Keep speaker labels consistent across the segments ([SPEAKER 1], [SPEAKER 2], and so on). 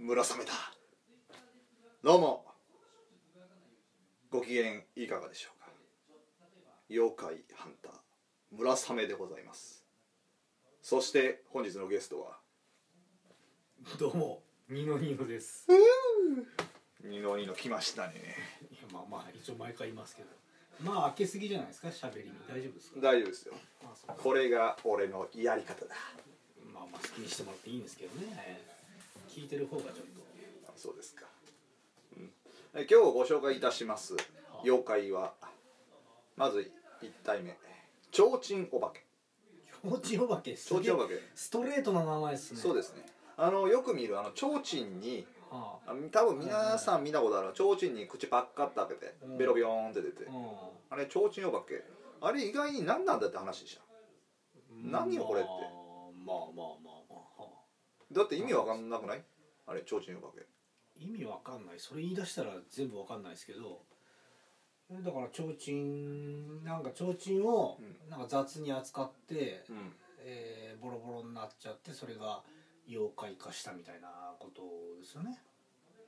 [SPEAKER 1] 村雨だどうもご機嫌いかがでしょうか妖怪ハンター村雨でございますそして本日のゲストは
[SPEAKER 2] どうも、ニノニノ です。
[SPEAKER 1] 二の二の来ましたね
[SPEAKER 2] いやまあまあ、一応毎回言いますけど。まあ、開けすぎじゃないですか、喋りに。大丈夫ですか。
[SPEAKER 1] 大丈夫ですよ
[SPEAKER 2] まあ、そう
[SPEAKER 1] これが俺のやり方だ
[SPEAKER 2] まあまあ、好きにしてもらっていいんですけどね。ええ聞いてる方がちょっ と。
[SPEAKER 1] あそうですか、うん、え今日ご紹介いたします妖怪はまず1体目提灯お化け
[SPEAKER 2] ちょうちお化け。すげえ
[SPEAKER 1] 提灯お化け
[SPEAKER 2] ストレートな名前ですね。
[SPEAKER 1] そうですねあのよく見るあの提灯に
[SPEAKER 2] はあ。
[SPEAKER 1] あ多分皆さん見たことある提灯に口パッカッと開けて
[SPEAKER 2] うん
[SPEAKER 1] ベロビョーンって出て、
[SPEAKER 2] う
[SPEAKER 1] あれ提灯お化けあれ意外に何なんだって話でした
[SPEAKER 2] ん。
[SPEAKER 1] 何よこれって
[SPEAKER 2] まあまあまあまあ。はあ
[SPEAKER 1] だって意味わかんなくないあれ提灯お化け
[SPEAKER 2] 意味わかんないそれ言い出したら全部わかんないですけどえだから提灯なんか提灯を
[SPEAKER 1] うん
[SPEAKER 2] なんか雑に扱って、
[SPEAKER 1] うん
[SPEAKER 2] えーボロボロになっちゃってそれが妖怪化したみたいなことですよね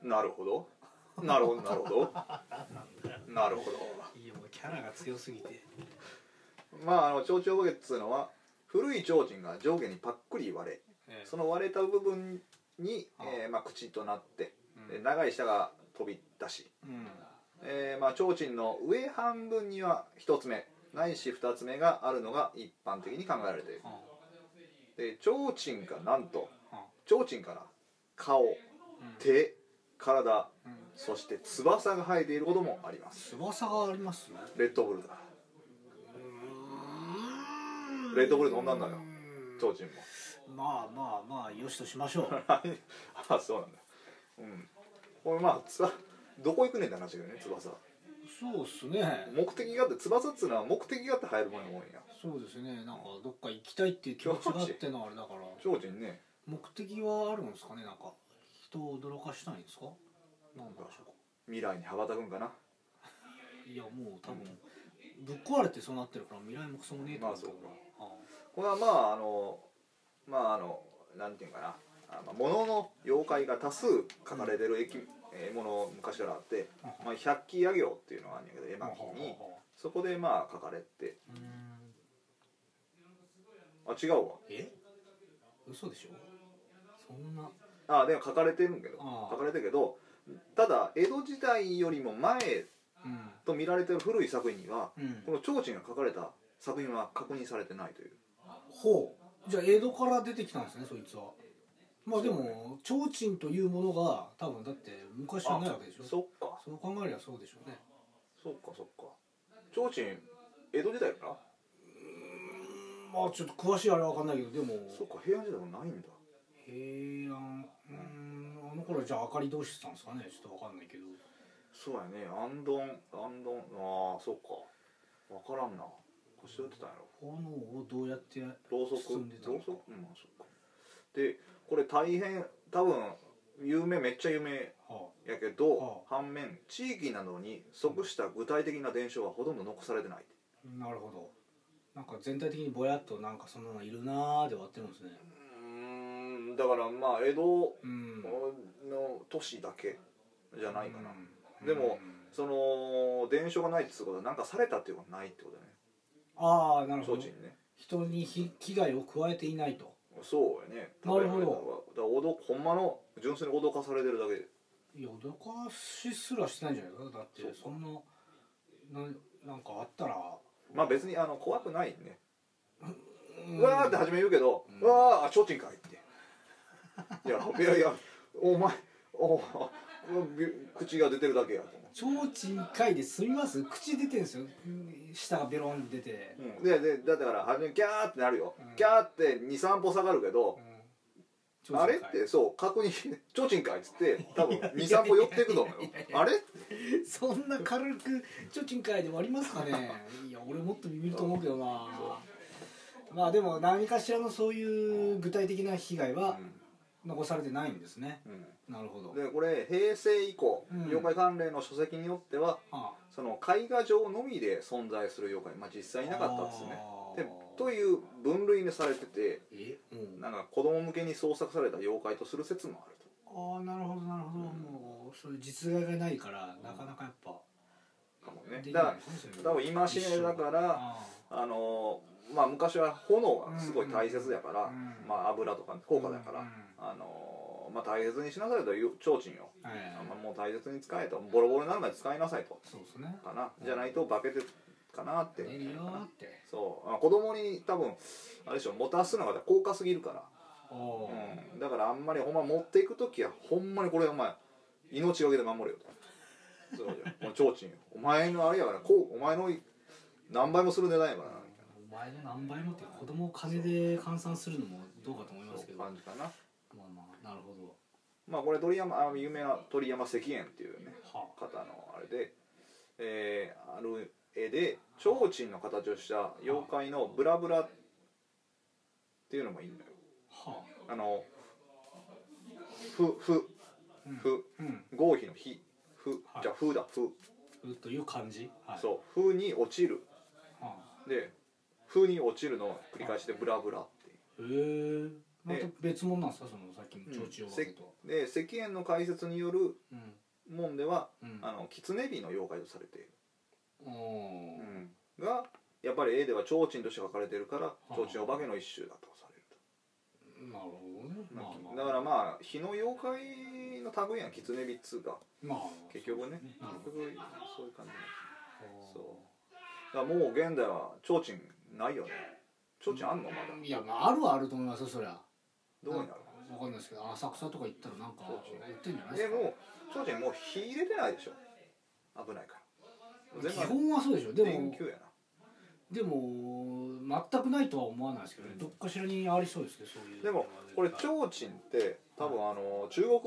[SPEAKER 1] なるほどなるほどなるほどなるほど
[SPEAKER 2] いやもうキャラが強すぎて
[SPEAKER 1] まああの提灯お化けっつうのは古い提灯が上下にパックリ割れ
[SPEAKER 2] え
[SPEAKER 1] その割れた部分に、
[SPEAKER 2] ああ
[SPEAKER 1] えーまあ、口となって、
[SPEAKER 2] うん
[SPEAKER 1] で長い舌が飛び出し
[SPEAKER 2] うん
[SPEAKER 1] えーまあ、提灯の上半分には1つ目ないし2つ目があるのが一般的に考えられている
[SPEAKER 2] は
[SPEAKER 1] で提灯がなんと
[SPEAKER 2] あは
[SPEAKER 1] 提灯から顔
[SPEAKER 2] あうん
[SPEAKER 1] 手体
[SPEAKER 2] うん
[SPEAKER 1] そして翼が生えていることもあります
[SPEAKER 2] 翼がありますね
[SPEAKER 1] レッドブルだレッドブル飲んだんだよ提灯も
[SPEAKER 2] まあまあまあよしとしましょう
[SPEAKER 1] あそうなんだうんこれまあつばどこ行くねんって話だよね翼
[SPEAKER 2] そうっすね
[SPEAKER 1] 目的があって翼っつうのは目的があって生えるもんやもんや
[SPEAKER 2] そうですねなんかどっか行きたいっていう気持ちがあってのあれだから
[SPEAKER 1] 提灯ね
[SPEAKER 2] 目的はあるんですかねなんか人を驚かしたいんですかなんでしょ
[SPEAKER 1] 未来に羽ばたくんかな
[SPEAKER 2] うかいやもう多分ぶっ壊れてそうなってるから未来もクソもねえと思うけど
[SPEAKER 1] まあ
[SPEAKER 2] あ
[SPEAKER 1] これはまああのまああのなんていうかなあまあ物の妖怪が多数書かれてる駅、えーもの昔からあって「まあ、百鬼夜行」っていうのがあるんやけど絵
[SPEAKER 2] あ
[SPEAKER 1] 巻に
[SPEAKER 2] は
[SPEAKER 1] そこでまあ書かれて
[SPEAKER 2] あうーん
[SPEAKER 1] あ違うわ
[SPEAKER 2] え嘘でしょそんな
[SPEAKER 1] あでも書かれてるんけど
[SPEAKER 2] ああ
[SPEAKER 1] 書かれてるけどただ江戸時代よりも前
[SPEAKER 2] うん
[SPEAKER 1] と見られてる古い作品には
[SPEAKER 2] うん
[SPEAKER 1] この提灯が書かれた作品は確認されてないという
[SPEAKER 2] ほうじゃあ江戸から出てきたんですねそいつはまあで
[SPEAKER 1] そう
[SPEAKER 2] も提灯というものが多分だって昔はないわけでしょ
[SPEAKER 1] そっか
[SPEAKER 2] そう考えりゃそうでしょうね
[SPEAKER 1] そっかそっか提灯江戸時代から
[SPEAKER 2] まあちょっと詳しいあれは分かんないけどでも
[SPEAKER 1] そっか平安時代もないんだ
[SPEAKER 2] 平安うーんあの頃じゃあ明かりどうしてたんですかねちょっと分かんないけど
[SPEAKER 1] そうやねアンドンアンドンああそっかわからんな腰どうやってたんやろ
[SPEAKER 2] 炎をどうやって
[SPEAKER 1] ろうそく
[SPEAKER 2] 包んでた
[SPEAKER 1] ろ
[SPEAKER 2] の
[SPEAKER 1] う
[SPEAKER 2] か
[SPEAKER 1] そくうんあそっかでこれ大変多分有名めっちゃ有名
[SPEAKER 2] は
[SPEAKER 1] やけど、
[SPEAKER 2] は
[SPEAKER 1] 反面地域などに即した具体的な伝承はほとんど残されてない
[SPEAKER 2] あなるほどなんか全体的にぼやっとなんかそんなのいるなーで終わってるんですね
[SPEAKER 1] うんだからまあ江戸
[SPEAKER 2] うん
[SPEAKER 1] の都市だけじゃないかな、
[SPEAKER 2] うん
[SPEAKER 1] でも
[SPEAKER 2] うん
[SPEAKER 1] その伝承がないってことは何かされたっていうことはないってことだね
[SPEAKER 2] ああなる
[SPEAKER 1] 提灯
[SPEAKER 2] ほど
[SPEAKER 1] にね
[SPEAKER 2] 人にひ危害を加えていないと
[SPEAKER 1] そうやね
[SPEAKER 2] なるほど
[SPEAKER 1] だからおどほんまの純粋に脅かされてるだけで
[SPEAKER 2] いや脅かしすらしてないんじゃないかだって
[SPEAKER 1] そうか
[SPEAKER 2] そんなななんかあったら
[SPEAKER 1] まあ別にあの怖くないね、
[SPEAKER 2] う
[SPEAKER 1] うんわーって初め言うけど、うわーあちょうちんかいって いやいやいやお前おび口が出てるだけやと
[SPEAKER 2] 提灯一回で済みます口出てんですようん下がベロン出て、
[SPEAKER 1] 思う、ででだから初めキャーってなるよ、
[SPEAKER 2] うん
[SPEAKER 1] キャーって23歩下がるけど、
[SPEAKER 2] うん
[SPEAKER 1] あれってそう確認「ちょうちんかい」っつ って多分23歩寄っていくと思うよあれ
[SPEAKER 2] そんな軽くちょちんかいで終わりますかねいや俺もっとビビると思うけどなまあでも何かしらのそういう具体的な被害は残されてないんですね
[SPEAKER 1] うん
[SPEAKER 2] なるほど
[SPEAKER 1] でこれ平成以降、
[SPEAKER 2] うん
[SPEAKER 1] 妖怪関連の書籍によっては
[SPEAKER 2] あ
[SPEAKER 1] その絵画上のみで存在する妖怪、まあ、実際いなかったんですね
[SPEAKER 2] あー
[SPEAKER 1] でという分類にされてて
[SPEAKER 2] えうん
[SPEAKER 1] なんか子供向けに創作された妖怪とする説もある
[SPEAKER 2] あああなるほどなるほど、
[SPEAKER 1] うん
[SPEAKER 2] もうそういう実害がないから、なかなかやっぱ
[SPEAKER 1] かもね
[SPEAKER 2] でき
[SPEAKER 1] だ
[SPEAKER 2] な
[SPEAKER 1] か
[SPEAKER 2] いですねそれ
[SPEAKER 1] ら
[SPEAKER 2] は
[SPEAKER 1] 多分今しめだから
[SPEAKER 2] あ
[SPEAKER 1] あのまあ昔は炎がすごい大切やから、
[SPEAKER 2] うん
[SPEAKER 1] まあ油とか高価だから、
[SPEAKER 2] うんうん
[SPEAKER 1] あのまあ大切にしなさいという提灯を、
[SPEAKER 2] あえ
[SPEAKER 1] あ
[SPEAKER 2] え
[SPEAKER 1] んまもう大切に使えとボロボロになるまで使いなさいと
[SPEAKER 2] そうですね
[SPEAKER 1] かなじゃないと化けてかなって、
[SPEAKER 2] 出るよーって
[SPEAKER 1] そうあ子供に多分あれでしょ持たすのが高価すぎるから
[SPEAKER 2] おおー、
[SPEAKER 1] うんだからあんまりほんま持っていく時はほんまにこれお前命がけで守れよとそうじゃんこの提灯お前のあれやからこうお前の何倍もする値段やからなみたい
[SPEAKER 2] お前の何倍もって子供を金で換算するのもどうかと思い
[SPEAKER 1] な
[SPEAKER 2] ます
[SPEAKER 1] そ
[SPEAKER 2] け
[SPEAKER 1] う
[SPEAKER 2] どまあ
[SPEAKER 1] 感じかな
[SPEAKER 2] まあなるほど
[SPEAKER 1] まあこれ鳥山あ有名な鳥山石燕っていうね
[SPEAKER 2] はあ
[SPEAKER 1] 方のあれで、えーある絵で提灯の形をした妖怪のブラブラっていうのもいいんだよ
[SPEAKER 2] は
[SPEAKER 1] あのふふ
[SPEAKER 2] あうん
[SPEAKER 1] ふ
[SPEAKER 2] うん
[SPEAKER 1] 合否のひふ
[SPEAKER 2] はい
[SPEAKER 1] じゃあふだふ
[SPEAKER 2] うっという感じはい
[SPEAKER 1] そう風に落ちる
[SPEAKER 2] はあ
[SPEAKER 1] で風に落ちるのを繰り返してブラブラっていう
[SPEAKER 2] へえまた
[SPEAKER 1] で
[SPEAKER 2] 別物なんですかそのさっきの提灯を分けとは
[SPEAKER 1] で石燕の解説による
[SPEAKER 2] うん
[SPEAKER 1] 門では
[SPEAKER 2] うん
[SPEAKER 1] あの狐火の妖怪とされている、
[SPEAKER 2] おおー
[SPEAKER 1] がやっぱり絵では提灯として描かれてるから
[SPEAKER 2] あ
[SPEAKER 1] 提灯お化けの一種だとされる
[SPEAKER 2] なるほどね
[SPEAKER 1] と、
[SPEAKER 2] まあまあ
[SPEAKER 1] だからまあ火の妖怪の類やん狐火っつうか
[SPEAKER 2] まあ
[SPEAKER 1] 結局ね
[SPEAKER 2] なるほ
[SPEAKER 1] 結
[SPEAKER 2] ど
[SPEAKER 1] 局そういう感じそうだからもう現代は提灯ないよね提灯あんのまだ
[SPEAKER 2] いやまああるはあると思いますよそりゃ
[SPEAKER 1] どこにある
[SPEAKER 2] わかんないですけど浅草とか行ったらなんか売ってんじゃないで
[SPEAKER 1] です
[SPEAKER 2] か
[SPEAKER 1] も提灯もう火入れてないでしょ危ないから
[SPEAKER 2] 基本はそうでしょで
[SPEAKER 1] 電
[SPEAKER 2] も
[SPEAKER 1] 球やな
[SPEAKER 2] でも全くないとは思わないですけどねどっかしらにありそうですけどそういう
[SPEAKER 1] でもこれ提
[SPEAKER 2] へ
[SPEAKER 1] 灯って多分あの中国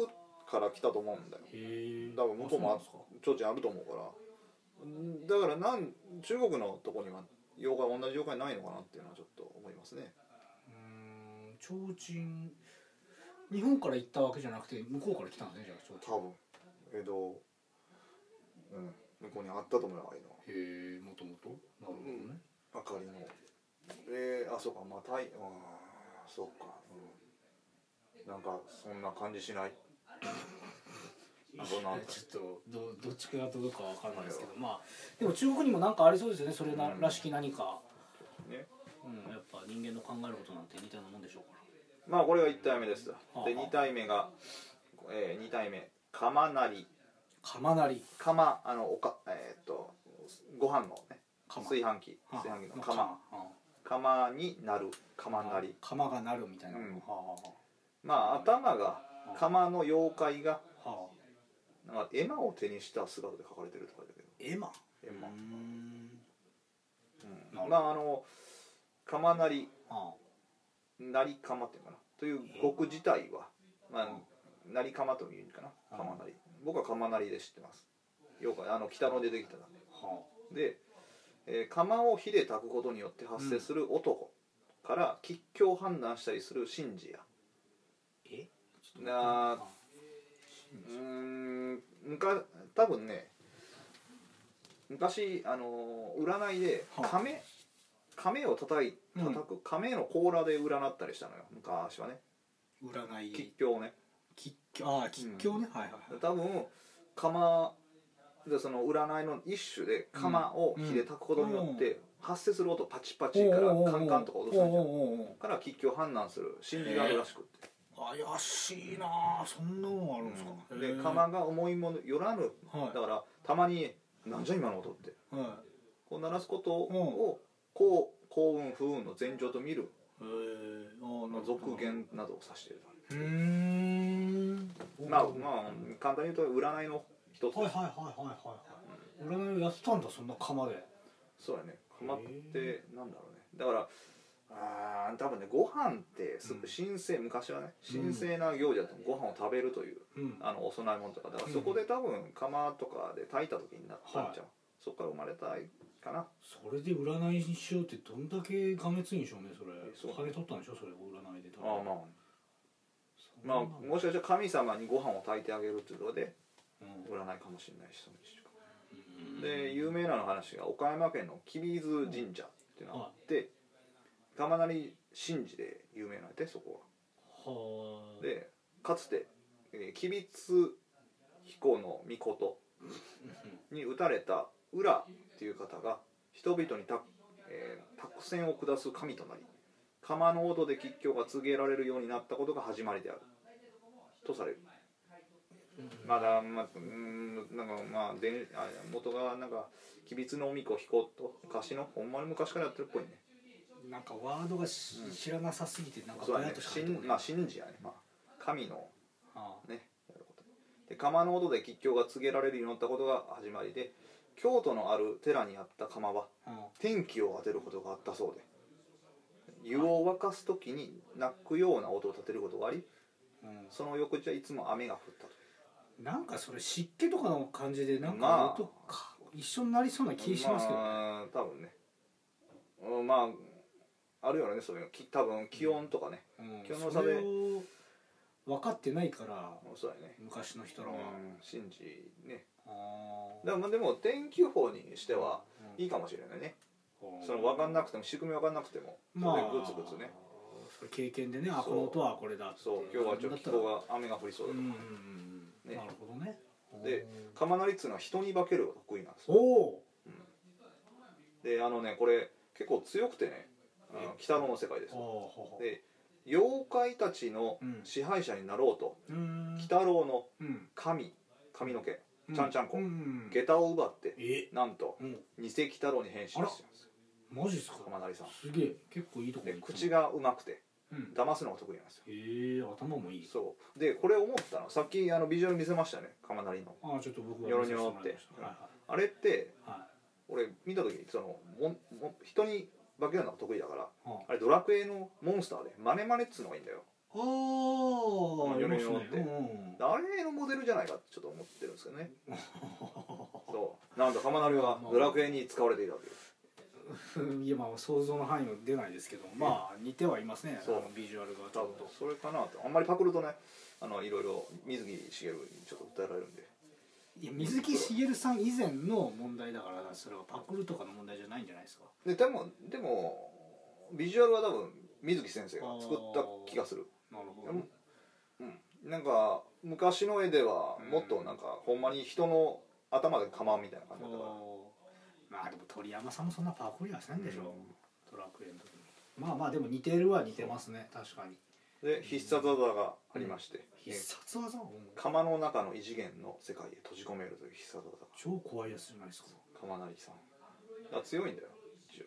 [SPEAKER 1] から来たと思うんだよ
[SPEAKER 2] え
[SPEAKER 1] 多分向こうもあ
[SPEAKER 2] ですか
[SPEAKER 1] 提灯あると思うからんだからなん中国のとこには妖怪同じ妖怪ないのかなっていうのはちょっと思いますね
[SPEAKER 2] うーん提灯日本から行ったわけじゃなくて向こうから来たんですねじゃあ提
[SPEAKER 1] 多分江戸うん向こうにあったと思うよああいうのは
[SPEAKER 2] 灯へえもともとなるほどね
[SPEAKER 1] 明かりのえー、あそうかまあタイあーそうか、うん、なんかそんな感じし ないなんかなんか
[SPEAKER 2] ちょっとどどっちがどうかわからないですけどまあでも中国にも何かありそうですよねそれな
[SPEAKER 1] うん
[SPEAKER 2] らしき何か、
[SPEAKER 1] ね
[SPEAKER 2] うん、やっぱ人間の考えることなんて似たようなもんでしょうから
[SPEAKER 1] まあこれが1体目ですで
[SPEAKER 2] あ
[SPEAKER 1] 2体目が、えー、2体目釜なり
[SPEAKER 2] 釜なり
[SPEAKER 1] 釜あのおかえーっとご飯のね
[SPEAKER 2] 釜
[SPEAKER 1] 炊飯器
[SPEAKER 2] あ
[SPEAKER 1] 炊飯器の
[SPEAKER 2] ま
[SPEAKER 1] 釜
[SPEAKER 2] あ
[SPEAKER 1] 釜になる釜なり
[SPEAKER 2] 釜がなるみたいな、
[SPEAKER 1] うん
[SPEAKER 2] はあは
[SPEAKER 1] まあ頭が
[SPEAKER 2] あ
[SPEAKER 1] 釜の妖怪が
[SPEAKER 2] あは
[SPEAKER 1] な
[SPEAKER 2] あ
[SPEAKER 1] んか絵馬を手にした姿で描かれてるとかだけど
[SPEAKER 2] エマ
[SPEAKER 1] 絵馬
[SPEAKER 2] うー
[SPEAKER 1] う
[SPEAKER 2] ん
[SPEAKER 1] ん
[SPEAKER 2] なるほど
[SPEAKER 1] まああの釜なり
[SPEAKER 2] あ
[SPEAKER 1] なりかまっていうのかなという語句自体は、まあ、なりかまというんかな
[SPEAKER 2] うん
[SPEAKER 1] かまなり僕はかまなりで知ってます妖怪あの北野でできただ
[SPEAKER 2] は
[SPEAKER 1] で、えー、釜を火で炊くことによって発生する男から吉凶を判断したりする神事や
[SPEAKER 2] え
[SPEAKER 1] なうーんむか多分ね昔あのー占いで
[SPEAKER 2] はあ
[SPEAKER 1] 亀亀を叩い
[SPEAKER 2] うん
[SPEAKER 1] 叩く亀の甲羅で占ったりしたのよ昔はね
[SPEAKER 2] 占
[SPEAKER 1] 吉
[SPEAKER 2] い
[SPEAKER 1] 凶をね
[SPEAKER 2] 吉凶ああ吉凶ね、はいはいはい
[SPEAKER 1] 多分釜でその占いの一種で釜を火で炊くことによって発生する音パチパチからカンカンとか落とする
[SPEAKER 2] おう
[SPEAKER 1] じゃん
[SPEAKER 2] おうおうおう
[SPEAKER 1] から吉凶を判断する心理があるらしくって、
[SPEAKER 2] 怪しいなあそんなのあるんですか、
[SPEAKER 1] うん
[SPEAKER 2] へ
[SPEAKER 1] で
[SPEAKER 2] え
[SPEAKER 1] 釜が思いもよらぬだ
[SPEAKER 2] は
[SPEAKER 1] からたまに「なんじゃ今の音」って
[SPEAKER 2] いは
[SPEAKER 1] こう鳴らすことを幸幸運不運の前兆と見る
[SPEAKER 2] いへえああなるほど
[SPEAKER 1] 俗言などを指している
[SPEAKER 2] うーん
[SPEAKER 1] まあまあ簡単に言うと占いの一つ
[SPEAKER 2] はいはいはいはいはいはい占いをやってたんだそんな釜で
[SPEAKER 1] そうやね釜ってなんだろうねだからあー多分ねご飯ってす
[SPEAKER 2] うん
[SPEAKER 1] 神聖昔はね神聖な行事だとご飯を食べるという
[SPEAKER 2] うん
[SPEAKER 1] あのお供え物とかだから
[SPEAKER 2] うん
[SPEAKER 1] そこで多分釜とかで炊いた時になったんじゃん
[SPEAKER 2] は
[SPEAKER 1] そこから生まれたいかな
[SPEAKER 2] それで占いにしようってどんだけがめついんでしょうねそれ
[SPEAKER 1] えそう
[SPEAKER 2] 金取ったんでしょそれ占いで多
[SPEAKER 1] ああまあ
[SPEAKER 2] そん
[SPEAKER 1] ま
[SPEAKER 2] な
[SPEAKER 1] あ
[SPEAKER 2] の
[SPEAKER 1] もしかしたら神様にご飯を炊いてあげるっていうので
[SPEAKER 2] うん
[SPEAKER 1] 占いかもしれないしその一種か
[SPEAKER 2] うん
[SPEAKER 1] で有名なの話が岡山県の吉備津神社っていうのがあって釜成神事で有名なんやてそこは
[SPEAKER 2] はあ
[SPEAKER 1] でかつて、え吉備津彦の御事に打たれた浦っていう方が人々にた、えー、託戦を下す神となり釜の音で吉凶が告げられるようになったことが始まりであるとされるまだまあうーんなんかまあであ元がなんか吉備津の御子彦と昔のほんまに昔からやってるっぽいね
[SPEAKER 2] なんかワードがし
[SPEAKER 1] うん
[SPEAKER 2] 知らなさすぎてなんか
[SPEAKER 1] そう
[SPEAKER 2] ぼ
[SPEAKER 1] だね
[SPEAKER 2] やっとしか入ってこ
[SPEAKER 1] 神
[SPEAKER 2] な
[SPEAKER 1] ま
[SPEAKER 2] い
[SPEAKER 1] あ神事やねまあ神の
[SPEAKER 2] あ
[SPEAKER 1] ねやることで釜の音で吉凶が告げられるようになったことが始まりで京都のある寺にあった釜は
[SPEAKER 2] あうん
[SPEAKER 1] 天気を当てることがあったそうで湯を沸かす時に鳴くような音を立てることがあり
[SPEAKER 2] うん
[SPEAKER 1] その翌日はいつも雨が降ったと
[SPEAKER 2] なんかそれ湿気とかの感じでなん
[SPEAKER 1] まあ
[SPEAKER 2] か音か一緒になりそうな気しますけどね、
[SPEAKER 1] まあ多分ねうんまああるよねそういうのき多分気温とかね、
[SPEAKER 2] うん
[SPEAKER 1] 今日の
[SPEAKER 2] そ
[SPEAKER 1] 差
[SPEAKER 2] れ
[SPEAKER 1] で
[SPEAKER 2] を分かってないから
[SPEAKER 1] そうだよね
[SPEAKER 2] 昔の人らは、
[SPEAKER 1] うん神事ね
[SPEAKER 2] あー
[SPEAKER 1] でもでも天気予報にしては
[SPEAKER 2] うん
[SPEAKER 1] いいかもしれないね
[SPEAKER 2] うん
[SPEAKER 1] その分かんなくても仕組み分かんなくてもそれでグツグツね、
[SPEAKER 2] それ経験でねあ
[SPEAKER 1] そう
[SPEAKER 2] この音はこれだって
[SPEAKER 1] そう今日はちょっと気候が雨が降りそうだ
[SPEAKER 2] うん
[SPEAKER 1] と
[SPEAKER 2] う
[SPEAKER 1] か
[SPEAKER 2] んうん、
[SPEAKER 1] ね
[SPEAKER 2] なるほどね
[SPEAKER 1] で釜鳴りっつうのは人に化けるのが得意なんです
[SPEAKER 2] お
[SPEAKER 1] よ
[SPEAKER 2] お
[SPEAKER 1] であのねこれ結構強くてねあの北野の世界です
[SPEAKER 2] ーほうほう
[SPEAKER 1] で妖怪たちの支配者になろうと
[SPEAKER 2] うーん
[SPEAKER 1] 鬼太郎の
[SPEAKER 2] うん
[SPEAKER 1] 神髪の毛ちゃんちゃんこ
[SPEAKER 2] うん
[SPEAKER 1] 下駄を奪って
[SPEAKER 2] え
[SPEAKER 1] なんと
[SPEAKER 2] うん
[SPEAKER 1] 偽鬼太郎に変身してるんですよ
[SPEAKER 2] マジっすか
[SPEAKER 1] 釜鳴りさん
[SPEAKER 2] すげえ結構いいとこ
[SPEAKER 1] で
[SPEAKER 2] に行ったな
[SPEAKER 1] 口がうまくて
[SPEAKER 2] うん
[SPEAKER 1] 騙すのが得意なんですよ
[SPEAKER 2] へえ頭もいい
[SPEAKER 1] そうでこれ思ったのさっきあのビジュアル見せましたね釜鳴りの
[SPEAKER 2] ああちょっと僕は
[SPEAKER 1] ニョロニョロって
[SPEAKER 2] 見させもらいまし
[SPEAKER 1] あれって
[SPEAKER 2] たはいはい
[SPEAKER 1] 俺見た時にそのもんもん人に化けるのが得意だから
[SPEAKER 2] はい
[SPEAKER 1] あれドラクエのモンスターでマネマネっつうのがいいんだよ
[SPEAKER 2] ああ
[SPEAKER 1] ニョロニョロっ
[SPEAKER 2] い
[SPEAKER 1] て
[SPEAKER 2] ますねうん
[SPEAKER 1] あれのモデルじゃないかってちょっと思ってるんですけ どねそうなんと釜鳴りはドラクエに使われていたという
[SPEAKER 2] いやまあ想像の範囲は出ないですけどまあ似てはいますね
[SPEAKER 1] そう
[SPEAKER 2] あのビジュアルがち
[SPEAKER 1] 多
[SPEAKER 2] ょ
[SPEAKER 1] 分
[SPEAKER 2] っと
[SPEAKER 1] それかなとあんまりパクるとねあのいろいろ水木しげるにちょっと訴えられるんで
[SPEAKER 2] いや水木しげるさん以前の問題だからそれはパクるとかの問題じゃないんじゃないですか
[SPEAKER 1] ででもでもビジュアルは多分水木先生が作った気がする
[SPEAKER 2] なるほ
[SPEAKER 1] でもうんなんか昔の絵ではもっとなんか、ほんまに人の頭で構うみたいな感じだったから
[SPEAKER 2] どまあでも鳥山さんもそんなパクリはしないんでしょドラクエの時にまあまあでも似てるは似てますね確かに
[SPEAKER 1] で必殺技がありまして、
[SPEAKER 2] 必殺技はもう
[SPEAKER 1] 釜の中の異次元の世界へ閉じ込めるという必殺技が
[SPEAKER 2] 超怖いやつじゃないですか
[SPEAKER 1] 釜成さんだから強いんだよ一応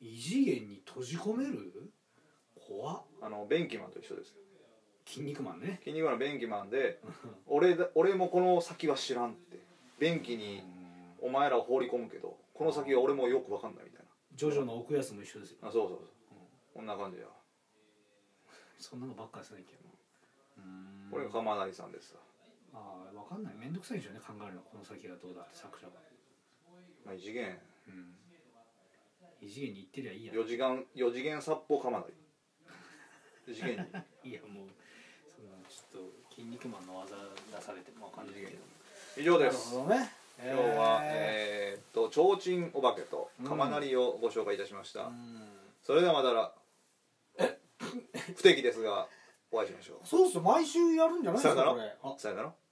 [SPEAKER 2] 異次元に閉じ込める怖っ
[SPEAKER 1] あのベンキマンと一緒ですよ
[SPEAKER 2] 筋肉マンね
[SPEAKER 1] 筋肉マンのベンキマンで俺だ俺もこの先は知らんって便器にお前らを放り込むけどこの先は俺もよくわかんないみたい
[SPEAKER 2] ジョジョの奥安も一緒ですよ
[SPEAKER 1] なあそうそうそう、こんな感じや
[SPEAKER 2] そんなのばっかですねけどうん
[SPEAKER 1] これが釜成さんですわ、
[SPEAKER 2] ああわかんない面倒くさいんでしょうね考えるのこの先がどうだって作者は
[SPEAKER 1] まあ、異次元
[SPEAKER 2] うん異次元に行ってりゃいいや
[SPEAKER 1] 4次元四次元殺法釜成四次元に
[SPEAKER 2] いやもうそのちょっと「筋肉マン」の技出されてもわかんないけど
[SPEAKER 1] 以上
[SPEAKER 2] な
[SPEAKER 1] で
[SPEAKER 2] る
[SPEAKER 1] す
[SPEAKER 2] ほどね
[SPEAKER 1] 今日は
[SPEAKER 2] え
[SPEAKER 1] えーっと提灯お化けと釜鳴りをご紹介いたしました、
[SPEAKER 2] ーうん
[SPEAKER 1] それではまたら不定期ですがお会いしましょ
[SPEAKER 2] そうっすよ毎週やるんじゃないです
[SPEAKER 1] さ
[SPEAKER 2] か
[SPEAKER 1] よ
[SPEAKER 2] こ
[SPEAKER 1] な
[SPEAKER 2] れあ
[SPEAKER 1] うさよなら